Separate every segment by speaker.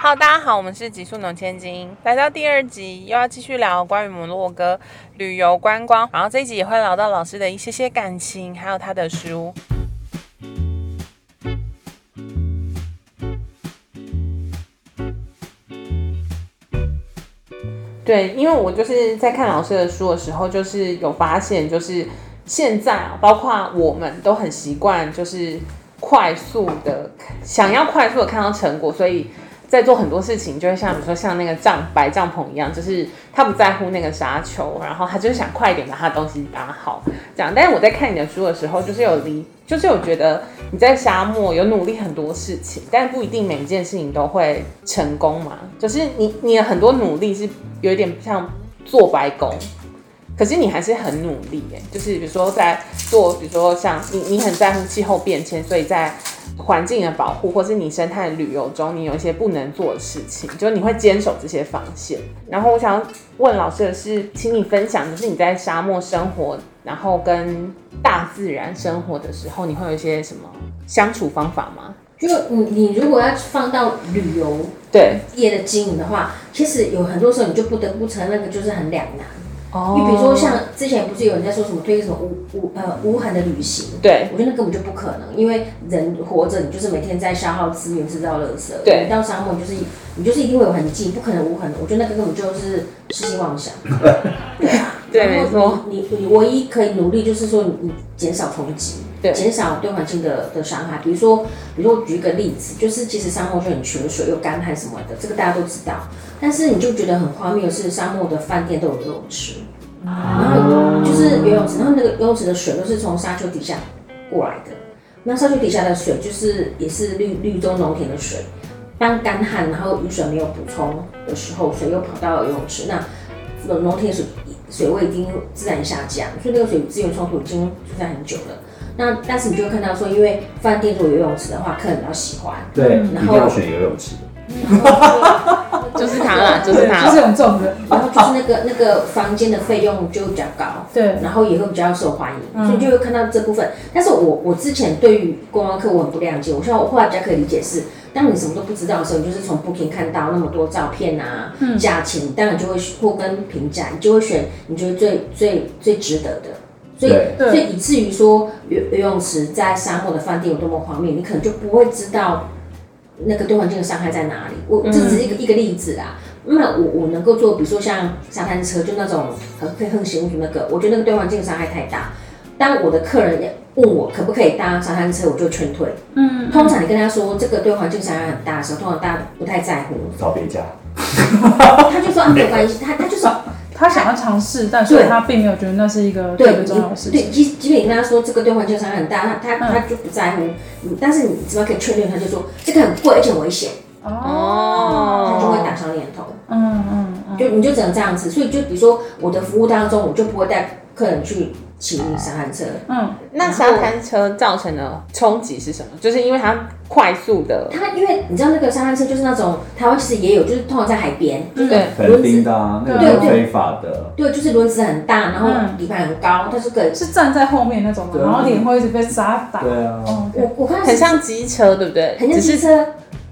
Speaker 1: Hello，大家好，我们是极速农千金，来到第二集，又要继续聊关于摩洛哥旅游观光，然后这一集也会聊到老师的一些些感情，还有他的书。对，因为我就是在看老师的书的时候，就是有发现，就是现在啊包括我们都很习惯，就是快速的想要快速的看到成果，所以在做很多事情，就会像比如说像那个帐白帐篷一样，就是他不在乎那个沙丘，然后他就是想快一点把他的东西打好这样。但是我在看你的书的时候，就是有离，就是有觉得你在沙漠有努力很多事情，但不一定每一件事情都会成功嘛。就是你你的很多努力是有一点像做白工。可是你还是很努力耶，就是比如说在做，比如说像你，你很在乎气候变迁，所以在环境的保护，或是你生态旅游中，你有一些不能做的事情，就是你会坚守这些防线。然后我想问老师的是，请你分享，就是你在沙漠生活，然后跟大自然生活的时候，你会有一些什么相处方法吗？
Speaker 2: 就你你如果要放到旅游
Speaker 1: 对，
Speaker 2: 业的经营的话，其实有很多时候你就不得不承认那个就是很两难。
Speaker 1: 哦
Speaker 2: 你比如说像之前不是有人在说什么推什么无无呃无痕的旅行，
Speaker 1: 对
Speaker 2: 我觉得那根本就不可能，因为人活着你就是每天在消耗资源、制造垃圾，
Speaker 1: 对
Speaker 2: 你到沙漠你就是你就是一定会有痕迹，不可能无痕的。我觉得那个根本就是痴心妄想。对啊，
Speaker 1: 对
Speaker 2: 然后
Speaker 1: 没错
Speaker 2: 你你你唯一可以努力就是说你你减少冲击。
Speaker 1: 对
Speaker 2: 减少对环境的的伤害。比如说，比如说举一个例子，就是其实沙漠就很缺水，又干旱什么的，这个大家都知道。但是你就觉得很荒谬，是沙漠的饭店都有游泳池，
Speaker 1: 啊
Speaker 2: 然后就是游泳池，然后那个游泳池的水都是从沙丘底下过来的。那沙丘底下的水就是也是绿绿洲农田的水，当干旱然后雨水没有补充的时候，水又跑到游泳池，那农农田水水位已经自然下降，所以那个水资源冲突已经存在很久了。那但是你就会看到说，因为饭店如果有游泳池的话，客人比较喜欢，
Speaker 3: 对，
Speaker 2: 然
Speaker 3: 一定
Speaker 2: 后
Speaker 3: 要选游泳池。
Speaker 1: 嗯就是他啦，就
Speaker 4: 对，
Speaker 1: 是他
Speaker 4: 就是我们这种人。
Speaker 2: 然后就是那个那个房间的费用就会比较高，
Speaker 4: 对
Speaker 2: 然后也会比较受欢迎，所以就会看到这部分。但是我我之前对于观光客我很不谅解，我现在我后来比较可以理解是，当你什么都不知道的时候，你就是从 Booking 看到那么多照片啊、价钱，你当然就会或跟评价，你就会选你觉得最最最值得的。所以，
Speaker 3: 对
Speaker 2: 所以以至于说游游泳池在沙漠的饭店有多么荒谬，你可能就不会知道那个对环境的伤害在哪里。我这只是一个、一个例子啊。那我我能够做，比如说像沙滩车，就那种很可以横行那个，我觉得那个对环境的伤害太大。当我的客人问我可不可以搭沙滩车，我就劝退。嗯，通常你跟他说这个对环境伤害很大的时候，通常大家不太在乎，
Speaker 3: 找别家，
Speaker 2: 他就说啊没有关系，他他就说
Speaker 4: 他想要尝试，但所以他并没有觉得那是一个特
Speaker 2: 对
Speaker 4: 别重要的事
Speaker 2: 对，
Speaker 4: 情。
Speaker 2: 即即便你跟他说这个对环境伤害很大，他他他就不在乎。嗯但是你只要可以劝退他，就说这个很贵，而且很危险，他就会
Speaker 1: 哦，
Speaker 2: 打消念头。
Speaker 4: 哦嗯嗯嗯，
Speaker 2: 就你就只能这样子。所以就比如说我的服务当中，我就不会带客人去骑沙滩车。
Speaker 4: 嗯
Speaker 1: 那沙滩车造成的冲击是什么？就是因为它快速的，
Speaker 2: 他因为你知道那个沙滩车就是那种台湾其实也有，就是通常在海边，
Speaker 4: 嗯
Speaker 2: 就是
Speaker 1: 对
Speaker 3: 横滨的啊，那
Speaker 4: 对
Speaker 3: 个都
Speaker 2: 对
Speaker 3: 非法的。
Speaker 2: 对，就是轮子很大，然后
Speaker 4: 嗯
Speaker 2: 底盘很高，它是个。
Speaker 4: 是站在后面那种嘛，
Speaker 3: 对啊
Speaker 4: 然后脸会一直被砸打。
Speaker 3: 对啊，
Speaker 4: 哦，对
Speaker 2: 我我看到
Speaker 1: 很像机车，对不对？
Speaker 2: 很像
Speaker 1: 只是
Speaker 2: 机车，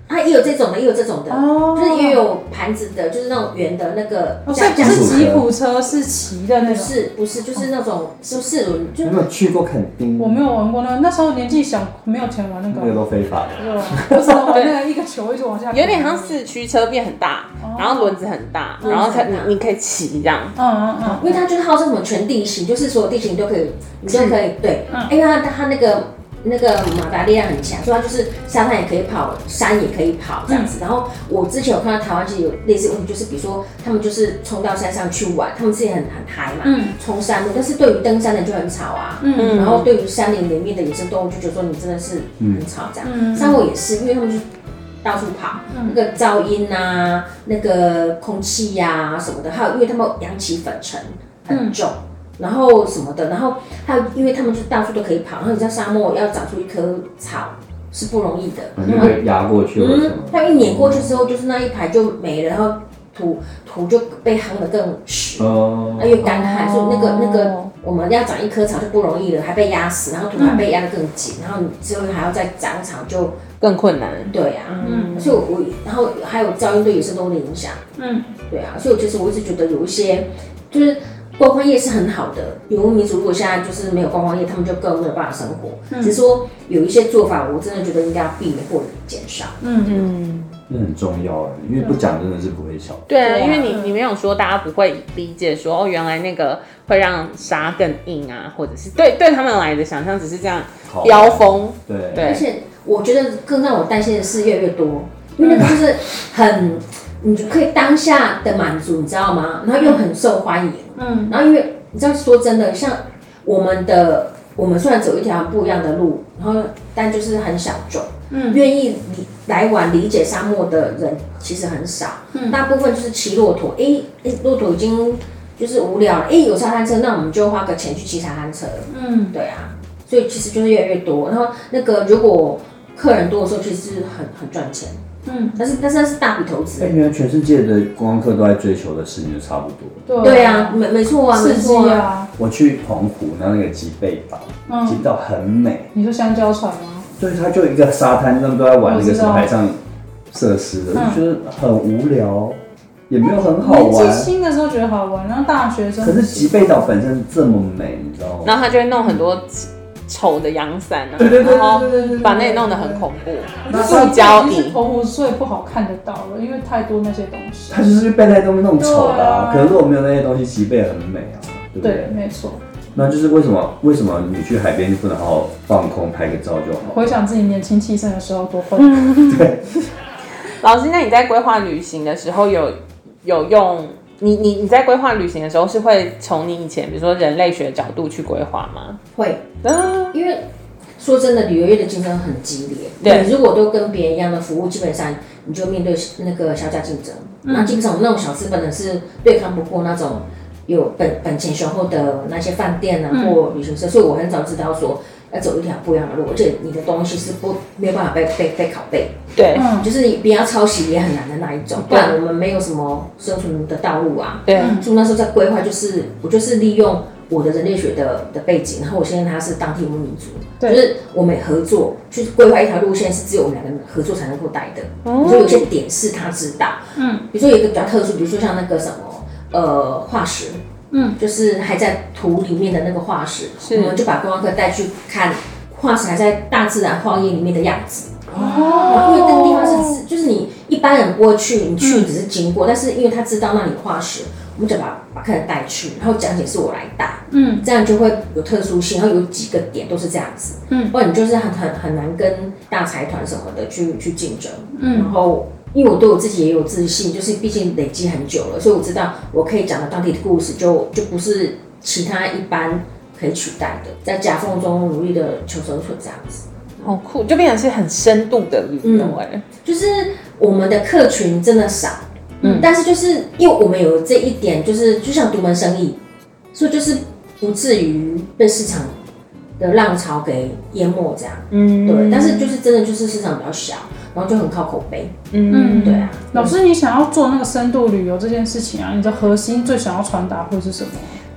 Speaker 2: 它也有这种的，也有这种的，
Speaker 4: 哦
Speaker 2: 就是也有盘子的，就是那种圆的那个
Speaker 4: 哦，所以
Speaker 2: 架
Speaker 4: 不
Speaker 2: 架
Speaker 3: 这样
Speaker 2: 子
Speaker 4: 是
Speaker 3: 子
Speaker 4: 吉普车，是骑的那
Speaker 2: 不
Speaker 4: 种。
Speaker 2: 是不是，就是那种就四轮，就
Speaker 3: 有没有去过垦丁？
Speaker 4: 我没有玩过那，那时候年纪小，没有钱玩那
Speaker 3: 那个
Speaker 4: 个。
Speaker 3: 都非法的。
Speaker 4: 对啊那时候玩那个一个球一直往 下。哦
Speaker 1: 有点像。四驱车变很大，然后轮子很大，
Speaker 2: 嗯
Speaker 1: 然后它你
Speaker 2: 很大
Speaker 1: 你可以骑这样。
Speaker 4: 嗯嗯
Speaker 2: 因为它就是号称什么全地形，就是所有地形都可以，你都可以对，
Speaker 4: 嗯
Speaker 2: 因为它它那个那个马达力量很强，所以它就是沙滩也可以跑，山也可以跑这样
Speaker 4: 嗯
Speaker 2: 子。然后我之前有看到台湾其实有类似的问题，就是比如说他们就是冲到山上去玩，他们自己很很嗨嘛，
Speaker 4: 嗯
Speaker 2: 冲山路，但是对于登山的就很吵啊，
Speaker 4: 嗯
Speaker 2: 然后对于山林里面的野生动物就觉得说你真的是很吵这样，
Speaker 4: 嗯
Speaker 2: 沙漠也是，因为他们就到处跑，那个噪音啊，那个空气呀、什么的，还有因为他们扬起粉尘很重。然后什么的，然后还有，因为他们就到处都可以跑，然后你在沙漠要长出一棵草是不容易的，
Speaker 3: 反正被压过去或者
Speaker 2: 嗯
Speaker 3: 什么，。
Speaker 2: 它一碾过去之后，就是那一排就没了，然后土土就被夯得更实，
Speaker 3: 哦
Speaker 2: 那，越干旱，所以那个那个
Speaker 4: 哦
Speaker 2: 我们要长一棵草就不容易了，还被压死，然后土还被压得更紧，然后你之后还要再长草就
Speaker 1: 更困难。
Speaker 2: 对啊，所以我我然后还有噪音对野生动物的影响，
Speaker 4: 嗯，
Speaker 2: 对啊，所以其实我一直觉得有一些就是观光业是很好的，游牧民族如果现在就是没有观光业，他们就更没有办法生活。只是说有一些做法，我真的觉得应该要避免或者减少。
Speaker 1: 嗯，
Speaker 3: 那很重要啊，因为不讲真的是不会晓得。
Speaker 1: 对啊，
Speaker 2: 对啊
Speaker 1: 因为你你没有说，大家不会理解说哦，原来那个会让沙更硬啊，或者是对对他们来的想象只是这样
Speaker 3: 好
Speaker 1: 妖风，
Speaker 3: 对
Speaker 1: 对
Speaker 2: 而且我觉得更让我担心的事越来越多，因为那个就是很，你就可以当下的满足，你知道吗？然后又很受欢迎，嗯，然后因为你知道，说真的，像我们的，我们虽然走一条不一样的路，然后但就是很小众，嗯，愿意理来玩理解沙漠的人其实很少，嗯，大部分就是骑骆驼，诶、诶骆驼已经就是无聊了，诶、有沙滩车，那我们就花个钱去骑沙滩车，
Speaker 4: 嗯，
Speaker 2: 对啊，所以其实就是越来越多。然后那个如果客人多的时候，其实是很很赚钱，
Speaker 4: 嗯，
Speaker 2: 但是但是那是大笔投资
Speaker 3: 那。原来哎全世界的观光客都在追求的事情就差不多。
Speaker 2: 对啊，，没没错啊，没
Speaker 4: 刺激
Speaker 2: 错啊。
Speaker 4: 啊，
Speaker 3: 我去澎湖，然后那个吉贝岛，吉
Speaker 4: 嗯，
Speaker 3: 贝岛很美，
Speaker 4: 你说香蕉船吗？
Speaker 3: 对，它就一个沙滩，他们都在玩那
Speaker 4: 我
Speaker 3: 个
Speaker 4: 知
Speaker 3: 什
Speaker 4: 道
Speaker 3: 么海上设施的，
Speaker 4: 嗯
Speaker 3: 就觉得很无聊，也没有很好
Speaker 4: 年纪
Speaker 3: 玩。
Speaker 4: 轻的时候觉得好玩，然后大学生
Speaker 3: 可是吉贝岛本身这么美，你知道吗？
Speaker 1: 然后他就会弄很多丑的阳伞啊，
Speaker 3: 对对对对
Speaker 1: 然后
Speaker 3: 对对对对
Speaker 1: 把那里弄得很恐怖，
Speaker 4: 所
Speaker 1: 塑胶
Speaker 4: 是
Speaker 1: 椅。
Speaker 4: 澎湖最不好看得到了，因为太多那些东西。
Speaker 3: 它就是被那些东西弄丑的、啊。
Speaker 4: 对啊
Speaker 3: 可是如果没有那些东西，吉贝很美啊，对不对？
Speaker 4: 对，没错。
Speaker 3: 那就是为什么为什么你去海边就不能好好放空拍个照就好？
Speaker 4: 回想自己年轻气盛的时候多笨，
Speaker 1: 老师，那你在规划旅行的时候有有用你你你在规划旅行的时候是会从你以前比如说人类学的角度去规划吗？
Speaker 2: 会，
Speaker 1: 嗯、
Speaker 2: 因为说真的，旅游业的竞争很激烈。
Speaker 1: 对
Speaker 2: 你如果都跟别人一样的服务，基本上你就面对那个小价竞争。那、基本上我们那种小资本的是对抗不过那种有本本钱雄厚的那些饭店啊、或旅行社，所以我很早知道说要走一条不一样的路，而且你的东西是不没有办法被被被拷贝。
Speaker 1: 对
Speaker 4: 嗯，
Speaker 2: 就是你不要抄袭也很难的那一种，不然我们没有什么生存的道路啊。
Speaker 1: 对，
Speaker 2: 所以那时候在规划，就是我就是利用我的人类学的的背景，然后我现在他是当地游牧民族，
Speaker 4: 对
Speaker 2: 就是我们合作去规划一条路线，是只有我们两个人合作才能够带的。
Speaker 1: 哦
Speaker 2: 所以有些点是他知道，
Speaker 4: 嗯，
Speaker 2: 比如说有一个比较特殊，比如说像那个什么呃化石，
Speaker 4: 嗯，
Speaker 2: 就是还在土里面的那个化石，
Speaker 1: 是
Speaker 2: 我们就把观光客带去看化石还在大自然荒野里面的样子。
Speaker 4: 哦
Speaker 2: 因为那个地方是，就是你一般人不会去，你
Speaker 4: 嗯
Speaker 2: 去只是经过，但是因为他知道那里有化石，我们就把把客人带去，然后讲解是我来带，
Speaker 4: 嗯，
Speaker 2: 这样就会有特殊性，然后有几个点都是这样子，
Speaker 4: 嗯，
Speaker 2: 不然你就是很很很难跟大财团什么的去去竞争，
Speaker 4: 嗯
Speaker 2: 然后。因为我对我自己也有自信，就是毕竟累积很久了，所以我知道我可以讲的当地的故事就就不是其他一般可以取代的，在夹缝中努力的求生存这样子。
Speaker 1: 好酷，就变成是很深度的旅游哎、
Speaker 2: 就是我们的客群真的少，嗯，但是就是因为我们有这一点，就是就像独门生意，所以就是不至于被市场的浪潮给淹没这样，
Speaker 1: 嗯，
Speaker 2: 对。但是就是真的就是市场比较小，然后就很靠口碑，
Speaker 1: 嗯，
Speaker 2: 对啊。
Speaker 4: 老师，你想要做那个深度旅游这件事情啊，你的核心最想要传达会是什么？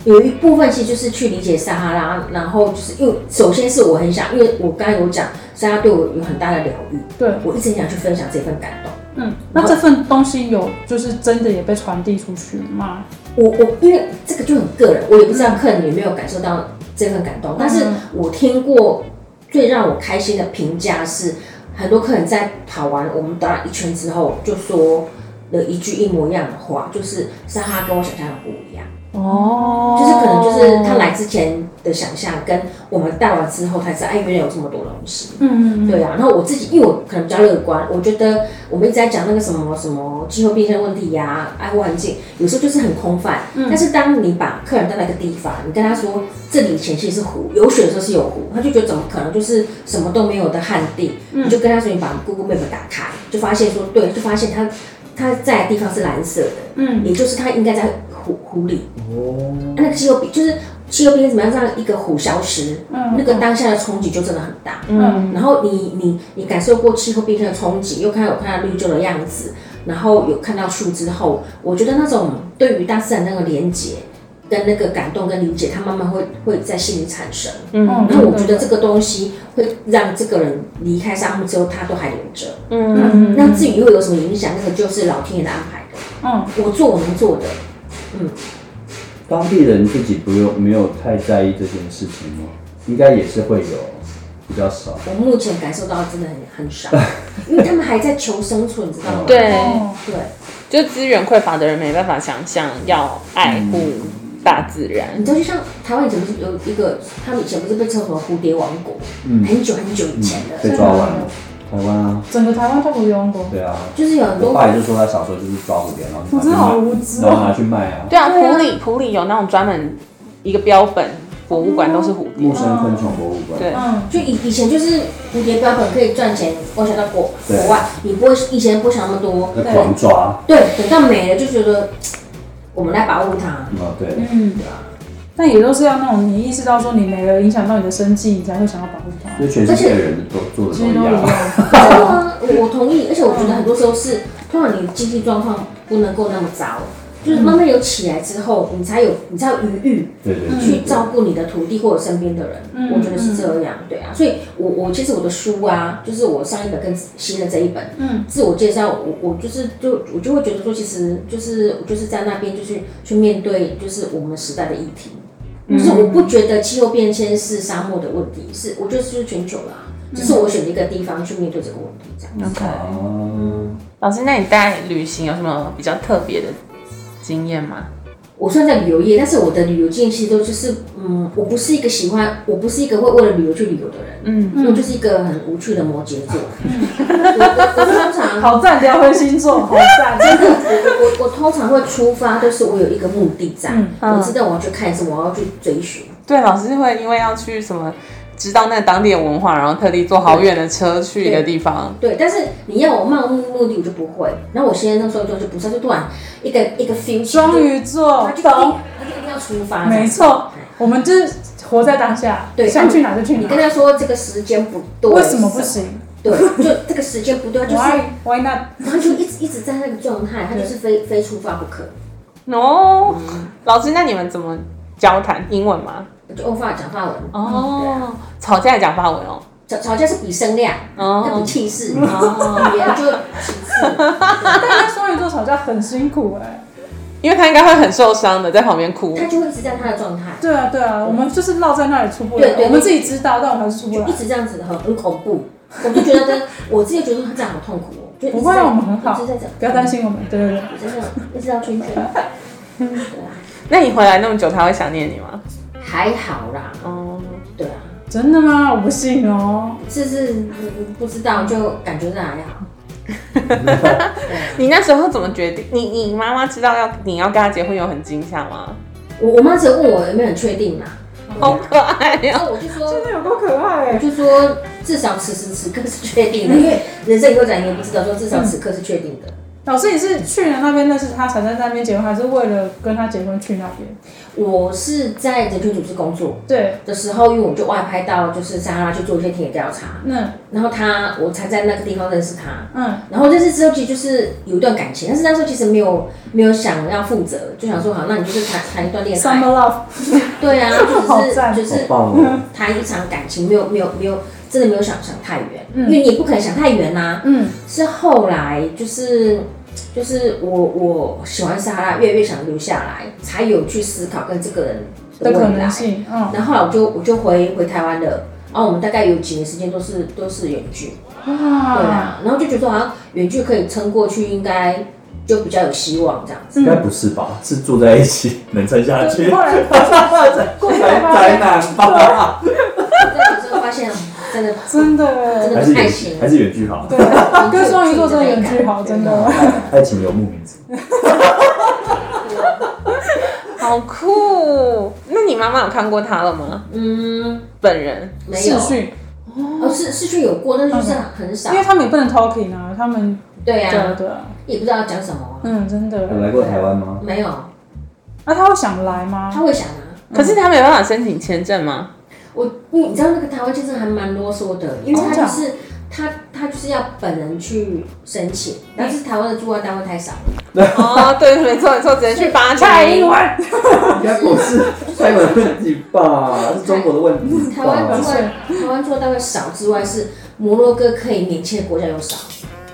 Speaker 2: 有一部分其实就是去理解撒哈拉，然后就是因为首先是我很想，因为我刚刚有讲撒哈拉对我有很大的疗愈，
Speaker 4: 对，
Speaker 2: 我一直很想去分享这份感动。
Speaker 4: 嗯，那这份东西有就是真的也被传递出去吗？
Speaker 2: 我我因为这个就很个人，我也不知道客人有没有感受到这份感动，但是我听过最让我开心的评价是，很多客人在跑完我们导览一圈之后，就说了一句一模一样的话，就是是他跟我想象的不一样，
Speaker 1: 哦，
Speaker 2: 就是可能就是
Speaker 4: 哦
Speaker 2: 他来之前的想象跟我们带完之后才知道，哎，原来有这么多东西。
Speaker 4: 嗯
Speaker 2: 对啊，然后我自己，因为我可能比较乐观，我觉得我们一直在讲那个什么什么气候变迁问题呀、爱护环境，有时候就是很空泛。
Speaker 4: 嗯
Speaker 2: 但是当你把客人带到一个地方，你跟他说这里以前其实是湖，有水的时候是有湖，他就觉得怎么可能就是什么都没有的旱地？
Speaker 4: 嗯
Speaker 2: 你就跟他说你把 Google Map 打开，就发现说对，就发现他他在的地方是蓝色的，
Speaker 4: 嗯
Speaker 2: 也就是他应该在湖湖里。
Speaker 3: 哦，
Speaker 2: 那个气候变就是气候变迁怎么样让一个湖消失，
Speaker 4: 嗯
Speaker 2: 那个当下的冲击就真的很大。
Speaker 4: 嗯
Speaker 2: 然后你你你感受过气候变迁的冲击，又看到有看到绿洲的样子，然后有看到树之后，我觉得那种对于大自然那个连接的那个感动跟理解，他慢慢会会在心里产生。
Speaker 4: 嗯
Speaker 2: 那我觉得这个东西会让这个人离开沙漠之后，他都还留着。
Speaker 4: 嗯
Speaker 2: 那至于会有什么影响，那个就是老天爷的安排的。
Speaker 4: 嗯，
Speaker 2: 我做我能做的，
Speaker 3: 当地人自己不用没有太在意这件事情吗？应该也是会有，比较少。
Speaker 2: 我目前感受到真的很很少，因为他们还在求生存，你知道吗？
Speaker 1: 对，
Speaker 4: 哦
Speaker 2: 对，
Speaker 1: 就资源匮乏的人没办法想象要爱护大自然。
Speaker 2: 你知道，就像台湾以前不是有一个，他们以前不是被称为蝴蝶王国，
Speaker 3: 嗯
Speaker 2: 很久很久以前的，
Speaker 3: 被抓完了，台湾啊，
Speaker 4: 整个台湾都不用过，
Speaker 3: 对啊。
Speaker 2: 就是有很
Speaker 3: 我
Speaker 2: 多
Speaker 3: 爸也就说他小时候就是抓蝴蝶，然后
Speaker 4: 我真的
Speaker 3: 拿
Speaker 4: 好
Speaker 3: 去卖
Speaker 4: 无知
Speaker 3: 然后拿
Speaker 4: 哦。
Speaker 3: 去卖啊。
Speaker 1: 对啊，
Speaker 4: 对啊
Speaker 1: 普里普里有那种专门一个标本博物馆都是蝴蝶
Speaker 3: 木，生昆虫博物馆，
Speaker 1: 对
Speaker 4: 嗯，
Speaker 2: 就以以前就是蝴蝶标本可以赚钱，我想到国
Speaker 3: 对嗯
Speaker 2: 国外，你不会以前不想那么多，
Speaker 3: 那狂抓，
Speaker 2: 对，等到没了就觉得我们来保护 它，
Speaker 3: 嗯，对，
Speaker 4: 嗯，但也都是要那种你意识到说你没了，影响到你的生计，你才会想要保护它。
Speaker 2: 啊
Speaker 3: 就全世界的人都做的
Speaker 4: 其
Speaker 3: 都
Speaker 4: 实
Speaker 3: 一
Speaker 4: 都一
Speaker 3: 样。
Speaker 4: 样。
Speaker 2: 真的 吗？我我同意，而且我觉得很多时候是，通常你经济状况不能够那么糟，就是慢慢有起来之后，你才有你才有余裕
Speaker 3: 对对对，
Speaker 2: 去照顾你的土地或者身边的人，
Speaker 4: 嗯
Speaker 2: 我觉得是这样，对啊，所以我我其实我的书啊，就是我上一本跟新的这一本，
Speaker 4: 嗯，
Speaker 2: 自我介绍，我我就是就我就会觉得说，其实就是就是在那边就去去面对就是我们时代的议题，
Speaker 4: 嗯
Speaker 2: 就是我不觉得气候变迁是沙漠的问题，是我觉得是全球啦，只是我选了一个地方去面对这个问题，这样。
Speaker 1: OK，
Speaker 3: 啊，
Speaker 1: 老师，那你带旅行有什么比较特别的经验吗？
Speaker 2: 我算在旅游业，但是我的旅游经验其实都就是，嗯，我不是一个喜欢，我不是一个会为了旅游去旅游的人，
Speaker 1: 嗯
Speaker 2: 我就是一个很无趣的摩羯座。我我我通常
Speaker 4: 嗯 好赞，聊回星座， 好赞，真的。
Speaker 2: 我我通常会出发，就是我有一个目的在，
Speaker 4: 嗯
Speaker 2: 我知道我要去看什么，我要去追寻。
Speaker 1: 对，老师会因为要去什么，知道那个当地的文化，然后特地坐好远的车去一个地方。
Speaker 2: 对，但是你要我漫无目的，我就不会。然后我现在那时候就是不是，就突然一个一个 feel，
Speaker 4: 双鱼座
Speaker 2: 他就一定
Speaker 4: 懂，
Speaker 2: 他就一定要出发，
Speaker 4: 没错。我们就是活在当下，
Speaker 2: 对
Speaker 4: 想去哪就去
Speaker 2: 你跟
Speaker 4: 哪。
Speaker 2: 他说这个时间不对，
Speaker 4: 为什么不？行
Speaker 2: 对，就这个时间不对，他就是
Speaker 4: ？Why Why not？
Speaker 2: 他就一直一直在那个状态，他就是非非出发不可。
Speaker 1: 哦、老师，那你们怎么交谈？英文吗？
Speaker 2: 我就欧法讲法文，
Speaker 1: 哦，吵架也讲法文哦。
Speaker 2: 吵吵架是比声量，那比
Speaker 1: 哦，
Speaker 2: 气势，
Speaker 4: 哦
Speaker 2: 语言就其次。
Speaker 4: 但跟双鱼座吵架很辛苦哎、
Speaker 1: 因为他应该会很受伤的，在旁边哭
Speaker 2: 他。就会一直在他的状态，
Speaker 4: 对啊，对啊，我们就是落在那里出不了
Speaker 2: 对，对
Speaker 4: 我们自己知道，但我们还是出不
Speaker 2: 就
Speaker 4: 来
Speaker 2: 一。直这样子很很恐怖。我就觉得，我自己觉得他这样好痛苦哦，就一直
Speaker 4: 不会
Speaker 2: 在
Speaker 4: 啊，我们很好
Speaker 2: 一直在讲，，
Speaker 4: 不要担，心我们。对对对，
Speaker 2: 真的一直到春天。对啊，
Speaker 1: 那你回来那么久，他会想念你吗？
Speaker 2: 还好啦，
Speaker 1: 哦，
Speaker 2: 对啊，
Speaker 4: 真的吗？我不信哦。
Speaker 2: 是是嗯不知道，就感觉是还好。
Speaker 1: 你那时候怎么决定？你你妈妈知道要你要跟他结婚有很惊吓吗？
Speaker 2: 我我妈只有问我有没有很确定啦，
Speaker 1: 好可爱哦
Speaker 2: 然
Speaker 1: 呀、
Speaker 2: 后我就说
Speaker 4: 真的有够可爱
Speaker 2: 我
Speaker 4: 哎、
Speaker 2: 就说至少此时此刻是确定的，因
Speaker 4: 嗯
Speaker 2: 为人生以后展也不知道，说至少此刻是确定的。
Speaker 4: 老师，你是去了那边认识他，才在那边结婚，还是为了跟他结婚去那边？
Speaker 2: 我是在人权组织工作
Speaker 4: 对，
Speaker 2: 的时候，因为我就外派到就是撒哈拉去做一些田野调查，
Speaker 4: 那
Speaker 2: 然后他我才在那个地方认识他。
Speaker 4: 嗯，
Speaker 2: 然后认识之后，其实就是有一段感情，但是那时候其实没有没有想要负责，就想说好，那你就是谈谈一段恋
Speaker 4: s u
Speaker 2: 爱，
Speaker 4: m m e love，
Speaker 2: 对 啊，
Speaker 4: 好赞
Speaker 2: 就只是就
Speaker 3: 好
Speaker 2: 是
Speaker 3: 棒哦！
Speaker 2: 谈一场感情，没有没有没有，真的没有想想太远，
Speaker 4: 嗯
Speaker 2: 因为你也不可能想太远啊呐、
Speaker 4: 嗯，
Speaker 2: 是后来就是就是我我喜欢撒哈拉，越来越想留下来，才有去思考跟这个人的
Speaker 4: 的可
Speaker 2: 未来
Speaker 4: 能。性，嗯，
Speaker 2: 然后后来我就我就回回台湾了，然后我们大概有几年时间都是都是远距，对
Speaker 4: 哇，
Speaker 2: 啊，然后就觉得好像远距可以撑过去，应该就比较有希望这样子。
Speaker 3: 应该不是吧？是住在一起能撑下去？
Speaker 4: 后来过去才发
Speaker 3: 灾
Speaker 4: 现，
Speaker 3: 难吧？
Speaker 2: 但有时候发现真的
Speaker 4: 真的
Speaker 2: 真
Speaker 3: 还
Speaker 2: 的
Speaker 3: 是
Speaker 2: 是爱
Speaker 3: 远
Speaker 2: 情，
Speaker 3: 还是远距好？
Speaker 4: 对，跟双鱼座真的远距好，真的。
Speaker 3: 爱情游牧民族，
Speaker 1: 好酷！那你妈妈有看过他了吗？
Speaker 2: 嗯，
Speaker 1: 本人？
Speaker 2: 没有
Speaker 4: 视，讯，嗯
Speaker 2: 哦，是是去有过，但是就是很少
Speaker 4: 因，为他们也不能 talking 啊，他们
Speaker 2: 对
Speaker 4: 对啊
Speaker 2: 啊，
Speaker 4: 对啊，
Speaker 2: 也不知道要讲什么啊，
Speaker 4: 嗯，真的。
Speaker 3: 有来过台湾吗？
Speaker 2: 没有，
Speaker 4: 那、他会想来
Speaker 2: 他
Speaker 4: 吗？
Speaker 2: 会想啊。
Speaker 1: 可是他没办法申请签证吗？
Speaker 2: 我你你知道那个台湾签证还蛮啰嗦的，因为他
Speaker 4: 哦这
Speaker 2: 就
Speaker 4: 样
Speaker 2: 是他他就是要本人去申请，但是台湾的驻外单位太少了，
Speaker 1: 哦，对，没错没错，只能去巴黎。
Speaker 4: 蔡英文，
Speaker 3: 应该不是台湾的问题吧？是中国的问题
Speaker 2: 台湾
Speaker 3: 吧
Speaker 2: 除？了台湾做到会少之外，是摩洛哥可以免签的国家又少。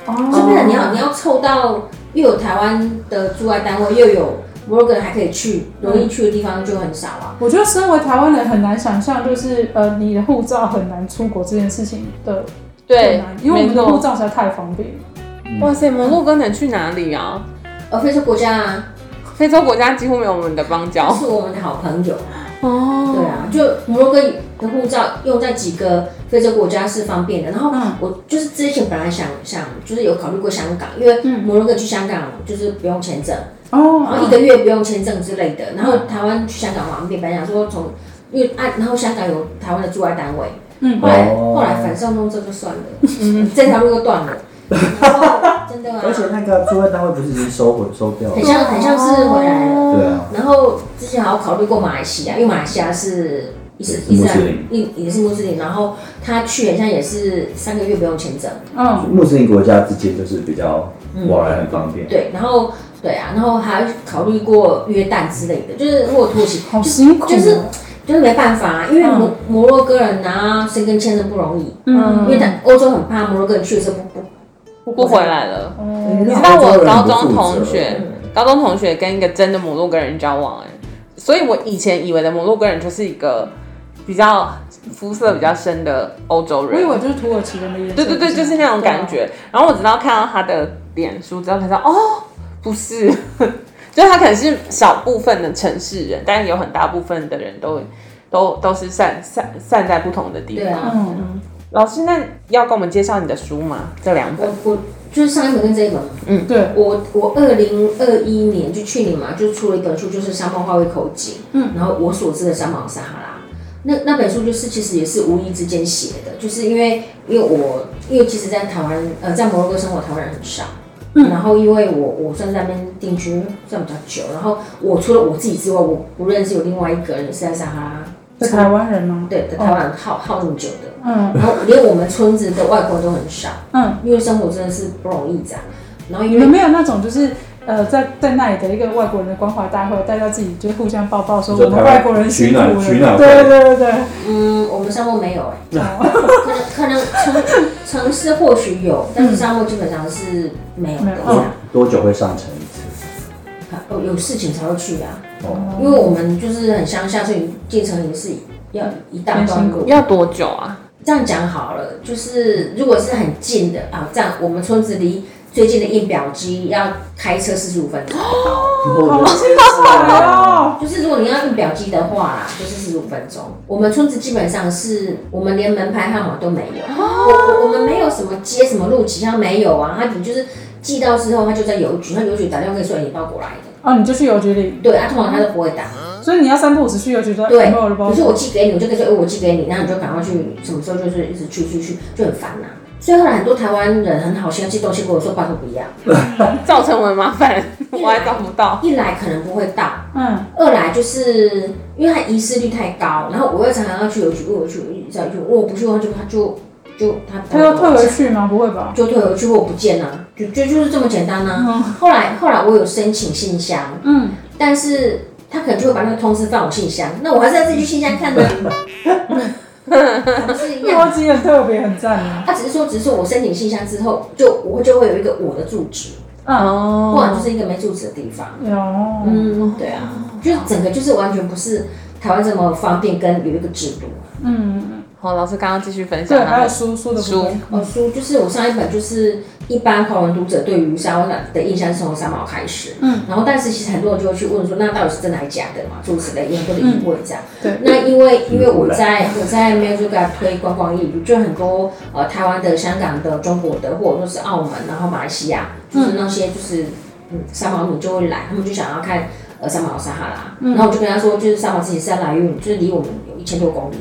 Speaker 4: 哦
Speaker 2: 就变成你要你要凑到又有台湾的驻外单位，又有摩洛哥人还可以去，容易去的地方就很少啊。
Speaker 4: 我觉得身为台湾人很难想象，就是呃，你的护照很难出国这件事情的困
Speaker 1: 对
Speaker 4: 难，，因为我
Speaker 1: 没
Speaker 4: 们的护
Speaker 1: 错。
Speaker 4: 照实在太方便了。
Speaker 1: 哇塞，摩洛哥能去哪里啊？
Speaker 2: 而非洲国家啊，
Speaker 1: 非洲国家几乎没有我们的邦交。
Speaker 2: 是我们的好朋友。
Speaker 1: 哦，
Speaker 2: 对啊，就摩洛哥的护照用在几个非洲国家是方便的。然后
Speaker 4: 嗯
Speaker 2: 我就是之前本来想想，就是有考虑过香港，因为摩洛哥去香港就是不用签证，然后一
Speaker 4: 嗯哦，嗯
Speaker 2: 个月不用签证之类的。然后台湾去香港方便，本来想说从因为按，然后香港有台湾的驻外单位，
Speaker 4: 嗯
Speaker 2: 后来
Speaker 3: 哦
Speaker 2: 后来反送中这就算了，这条路就断 了。然后真的啊，
Speaker 3: 而且那个驻外单位不是已经收回收掉了
Speaker 2: 很？像很像是回来了。
Speaker 3: 对啊，
Speaker 2: 然后之前还有考虑过马来西亚，因为马来西亚是伊斯
Speaker 3: 也
Speaker 2: 伊
Speaker 3: 是穆
Speaker 2: 斯
Speaker 3: 斯
Speaker 2: 兰
Speaker 3: 林，
Speaker 2: 也也是穆斯林，然后他去好像也是三个月不用签证，
Speaker 4: 嗯，
Speaker 3: 穆斯林国家之间就是比较
Speaker 2: 嗯
Speaker 3: 往来很方便。
Speaker 2: 对，然后对啊，然后还考虑过约旦之类的，就是如果土耳其
Speaker 4: 好辛苦哦，
Speaker 2: 就是就是没办法、啊，因为摩、摩洛哥人拿申根签证不容易，
Speaker 4: 嗯
Speaker 2: 因为他欧洲很怕摩洛哥人去的时候不不
Speaker 1: 不回来了。
Speaker 4: 哦
Speaker 1: 你知道我高中同学，高中同学跟一个真的摩洛哥人交往、哎，所以我以前以为的摩洛哥人就是一个比较肤色比较深的欧洲
Speaker 4: 我以
Speaker 1: 人。
Speaker 4: 为就是土耳其人的颜色，
Speaker 1: 对对对，就是那种感觉。
Speaker 4: 哦
Speaker 1: 然后我直到看到他的脸书之后，才知道哦，不是， 就是他可能是少部分的城市人，但是有很大部分的人都都都是散散散在不同的地
Speaker 2: 对
Speaker 1: 方。
Speaker 2: 啊
Speaker 4: 对啊。。嗯，
Speaker 1: 老师，那要跟我们介绍你的书吗？这两本
Speaker 2: 我我就是上一本跟这一本嘛，
Speaker 4: 嗯对，
Speaker 2: 我我二零二一年就去年嘛，就出了一本书，就是《沙漠化为口井》，嗯，然后我所知的沙漠撒哈拉。那那本书就是其实也是无意之间写的，就是因为因为我因为其实，在台湾呃在摩洛哥生活的台湾人很少，嗯，然后因为我我算在那边定居算比较久，然后我除了我自己之外，我不认识有另外一个人也是在撒哦哈
Speaker 4: 是台湾人吗
Speaker 2: 拉？对的台湾耗耗那么久的，
Speaker 4: 嗯
Speaker 2: 然后连我们村子的外国人都很少，
Speaker 4: 嗯，
Speaker 2: 因为生活真的是不容易这样，然后因
Speaker 4: 你
Speaker 2: 为
Speaker 4: 们没有那种就是呃，在在那里的一个外国人的关怀大会，大家自己就互相抱抱，说
Speaker 3: 就
Speaker 4: 我们外国人辛苦
Speaker 3: 台湾取暖取暖
Speaker 4: 了，
Speaker 3: 会
Speaker 4: 对对对对，哦
Speaker 2: 嗯，我们沙漠没有哎、 可能可能城城市或许有，但是沙漠基本上是没有的
Speaker 4: 没有
Speaker 2: 这
Speaker 3: 多
Speaker 2: 样。
Speaker 3: 多久会上城一次？
Speaker 2: 哦，有事情才会去啊，
Speaker 3: 哦，
Speaker 2: 因为我们就是很乡下，所以进城也是要一大段路。
Speaker 1: 要多久啊？
Speaker 2: 这样讲好了，就是如果是很近的啊，这样我们村子离最近的印表机要开车四十五分钟，
Speaker 4: 好辛苦哦，
Speaker 2: 就是如果你要印表机的话，就是四十五分钟。我们村子基本上是我们连门牌号码都没有，我我我们没有什么街什么路几巷没有啊，他你就是寄到之后，他就在邮局，那邮局打电话跟你说你包裹来的，
Speaker 4: 哦，你就去邮局领，
Speaker 2: 对，啊，通常他都不会打，
Speaker 4: 所以你要三不五时去邮局说哎
Speaker 2: 对
Speaker 4: 有没有我的，包
Speaker 2: 可
Speaker 4: 裹
Speaker 2: 是我寄给你，我就跟你说，哎，我寄给你，那你就赶快去，什么时候就是一直去去去，就很烦呐、啊所以后来很多台湾人很好心要寄东西给我说，拜托不要，
Speaker 1: 造成我的麻 烦，我还找不到。
Speaker 2: 一来可能不会到，
Speaker 4: 嗯，
Speaker 2: 二来就是因为它遗失率太高，然后我又常常要去邮局问我去要去，我不去问就他就就他
Speaker 4: 他要退回去吗？不会吧？
Speaker 2: 就退回去或我不见了、就就就是这么简单呢、后来后来我有申请信箱，
Speaker 4: 嗯，
Speaker 2: 但是他可能就会把那个通知放我信箱，那我还是要自己去信箱看呢，不是一样。
Speaker 4: 逻辑很特别，很赞啊，
Speaker 2: 他只是说，只是说我申请信箱之后，就我就会有一个我的住址，
Speaker 4: 嗯，
Speaker 2: 不然就
Speaker 1: 哦，
Speaker 2: 是一个没住址的地方。
Speaker 4: 有，
Speaker 2: 嗯，对啊，就是整个就是完全不是台湾这么方便跟有一个制度。
Speaker 4: 嗯，
Speaker 1: 好，哦老师刚刚继续分享
Speaker 4: 对，
Speaker 1: 他
Speaker 4: 还有
Speaker 1: 们。
Speaker 4: 书书的部分，
Speaker 2: 哦，书就是我上一本就是一般华文读者对于沙漠的印象是从沙漠开始，嗯，然后但是其实很多人就会去问说，那到底是真的还是假的嘛？诸如此类，有很多的疑问这样。
Speaker 4: 对
Speaker 2: 那因为因为我在我在 m u s i c 推观光业，就很多呃台湾的、香港的、中国的，或者说是澳门，然后马来西亚，就是那些就是嗯沙漠民就会来，他们就想要看呃沙漠撒哈拉，然后我就跟他说，就是沙漠其实是在来源，就是离我们有一千多公里。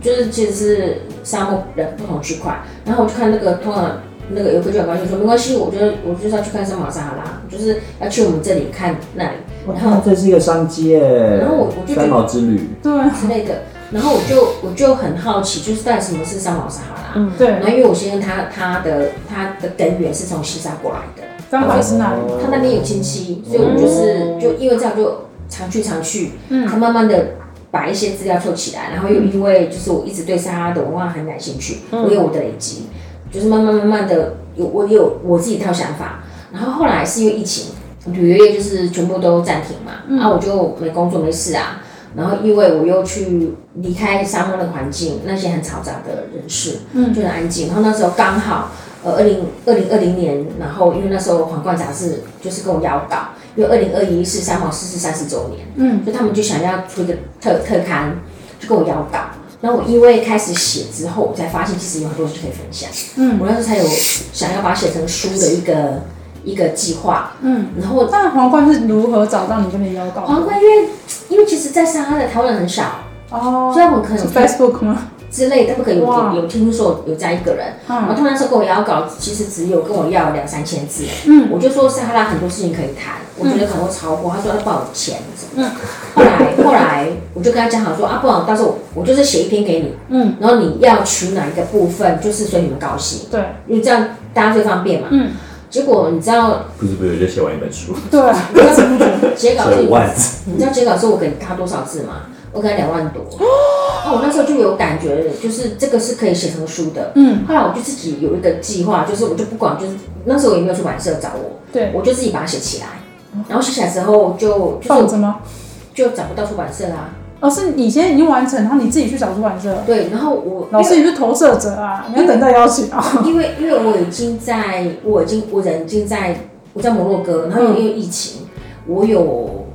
Speaker 2: 就是其实是沙漠人不同区块，然后我就看那个通常那个游客就很高兴说没关系，我觉得我就是要去看沙漠撒哈拉，就是要去我们这里看那里
Speaker 3: 我看这是一个商机耶
Speaker 2: 然后我我就觉得
Speaker 3: 三毛之旅，
Speaker 4: 对
Speaker 2: 之类的，然后我就我就很好奇，就是到底什么是
Speaker 1: 嗯
Speaker 2: 沙漠撒哈拉？
Speaker 4: 对
Speaker 2: 然，后因为我先生他他的他的根源是从西沙过来的，
Speaker 4: 刚好也是那
Speaker 3: 哦
Speaker 4: 里。
Speaker 2: 他那边有亲戚，所以我们就是就因为这样就常去常去，他慢慢的把一些资料凑起来，然后又因为就是我一直对沙拉的文化很感兴趣，我有我的累积，就是慢慢慢慢的有我有我自己一套想法，然后后来是因为疫情，旅游业就是全部都暂停嘛，啊我就没工作没事啊。然后，因为我又去离开沙漠的环境，那些很嘈杂的人事，嗯，就很安静。然后那时候刚好呃，二零二零二零年，然后因为那时候皇冠杂志就是跟我邀稿，因为二零二一是三皇逝世三十周年，嗯，所以他们就想要出一个特特刊，就跟我邀稿。然后我因为开始写之后，我才发现其实有很多东西可以分享，嗯，我那时候才有想要把它写成书的一个一个计划，嗯，然后
Speaker 4: 那皇冠是如何找到你这边邀稿？
Speaker 2: 皇冠因为因为其实在上海的台湾人很少，
Speaker 4: 哦，
Speaker 2: 虽然我可能
Speaker 4: 是
Speaker 2: 有
Speaker 4: Facebook 吗？
Speaker 2: 之类，他们可能
Speaker 4: 哇
Speaker 2: 有有听说有这样一个人，然后他们那时候跟我要稿，其实只有跟我要两三千字，嗯，我就说撒哈拉很多事情可以谈，我觉得可能会超过，他说那不好钱什么的，后来后来我就跟他讲好说啊，不然到时候我我就是写一篇给你，嗯，然后你要取哪一个部分，就是随你们高兴，
Speaker 4: 对
Speaker 2: 因为这样大家最方便嘛，嗯，结果你知道
Speaker 5: 不知不觉就写完一本书，
Speaker 4: 对，
Speaker 2: 截稿
Speaker 5: 写
Speaker 2: 是
Speaker 5: 五万字，
Speaker 2: 你知道截稿是我给他多少字吗？我给他两万多。哦，我那时候就有感觉，就是这个是可以写成书的。嗯，后来我就自己有一个计划，就是我就不管，就是那时候也没有出版社找我，
Speaker 4: 对，
Speaker 2: 我就自己把它写起来。然后写起来之后就
Speaker 4: 嗯放
Speaker 2: 就
Speaker 4: 着
Speaker 2: 是
Speaker 4: 吗？
Speaker 2: 就找不到出版社啦、
Speaker 4: 哦，是你先已经完成，然后你自己去找出版社。
Speaker 2: 对，然后我
Speaker 4: 老师，你是投射者啊，你要等待邀请啊。
Speaker 2: 因为因为我已经在，我已经我人已经在我在摩洛哥，然后
Speaker 4: 嗯
Speaker 2: 因为疫情，我有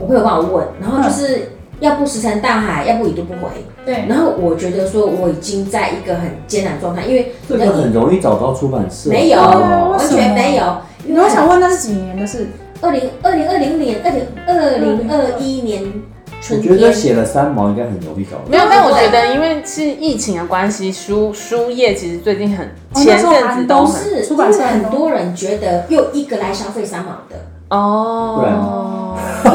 Speaker 2: 我会有办法问，然后就是要不石沉大海，要不已读不回。
Speaker 4: 对，
Speaker 2: 然后我觉得说我已经在一个很艰难的状态，因为
Speaker 5: 这个很容易找到出版社，
Speaker 2: 没有
Speaker 4: 哦
Speaker 2: 完全没有。因为
Speaker 4: 我想问那是几年的 事？
Speaker 2: 二零二零二零年、二零二零二一年
Speaker 5: 我
Speaker 2: 春
Speaker 5: 觉得
Speaker 2: 天，
Speaker 5: 写了三毛应该很容易找到。
Speaker 1: 没有，但我觉得因为是疫情的关系，书书业其实最近很
Speaker 4: 哦那
Speaker 1: 前
Speaker 4: 时候
Speaker 1: 阵
Speaker 4: 寒
Speaker 1: 子
Speaker 4: 冬
Speaker 1: 都
Speaker 2: 不
Speaker 1: 很
Speaker 2: 是
Speaker 4: 出
Speaker 2: 因
Speaker 4: 版
Speaker 2: 为
Speaker 4: 社很
Speaker 2: 很多人觉得又一个来消费三毛的，
Speaker 5: 不然
Speaker 1: 哦，
Speaker 4: 不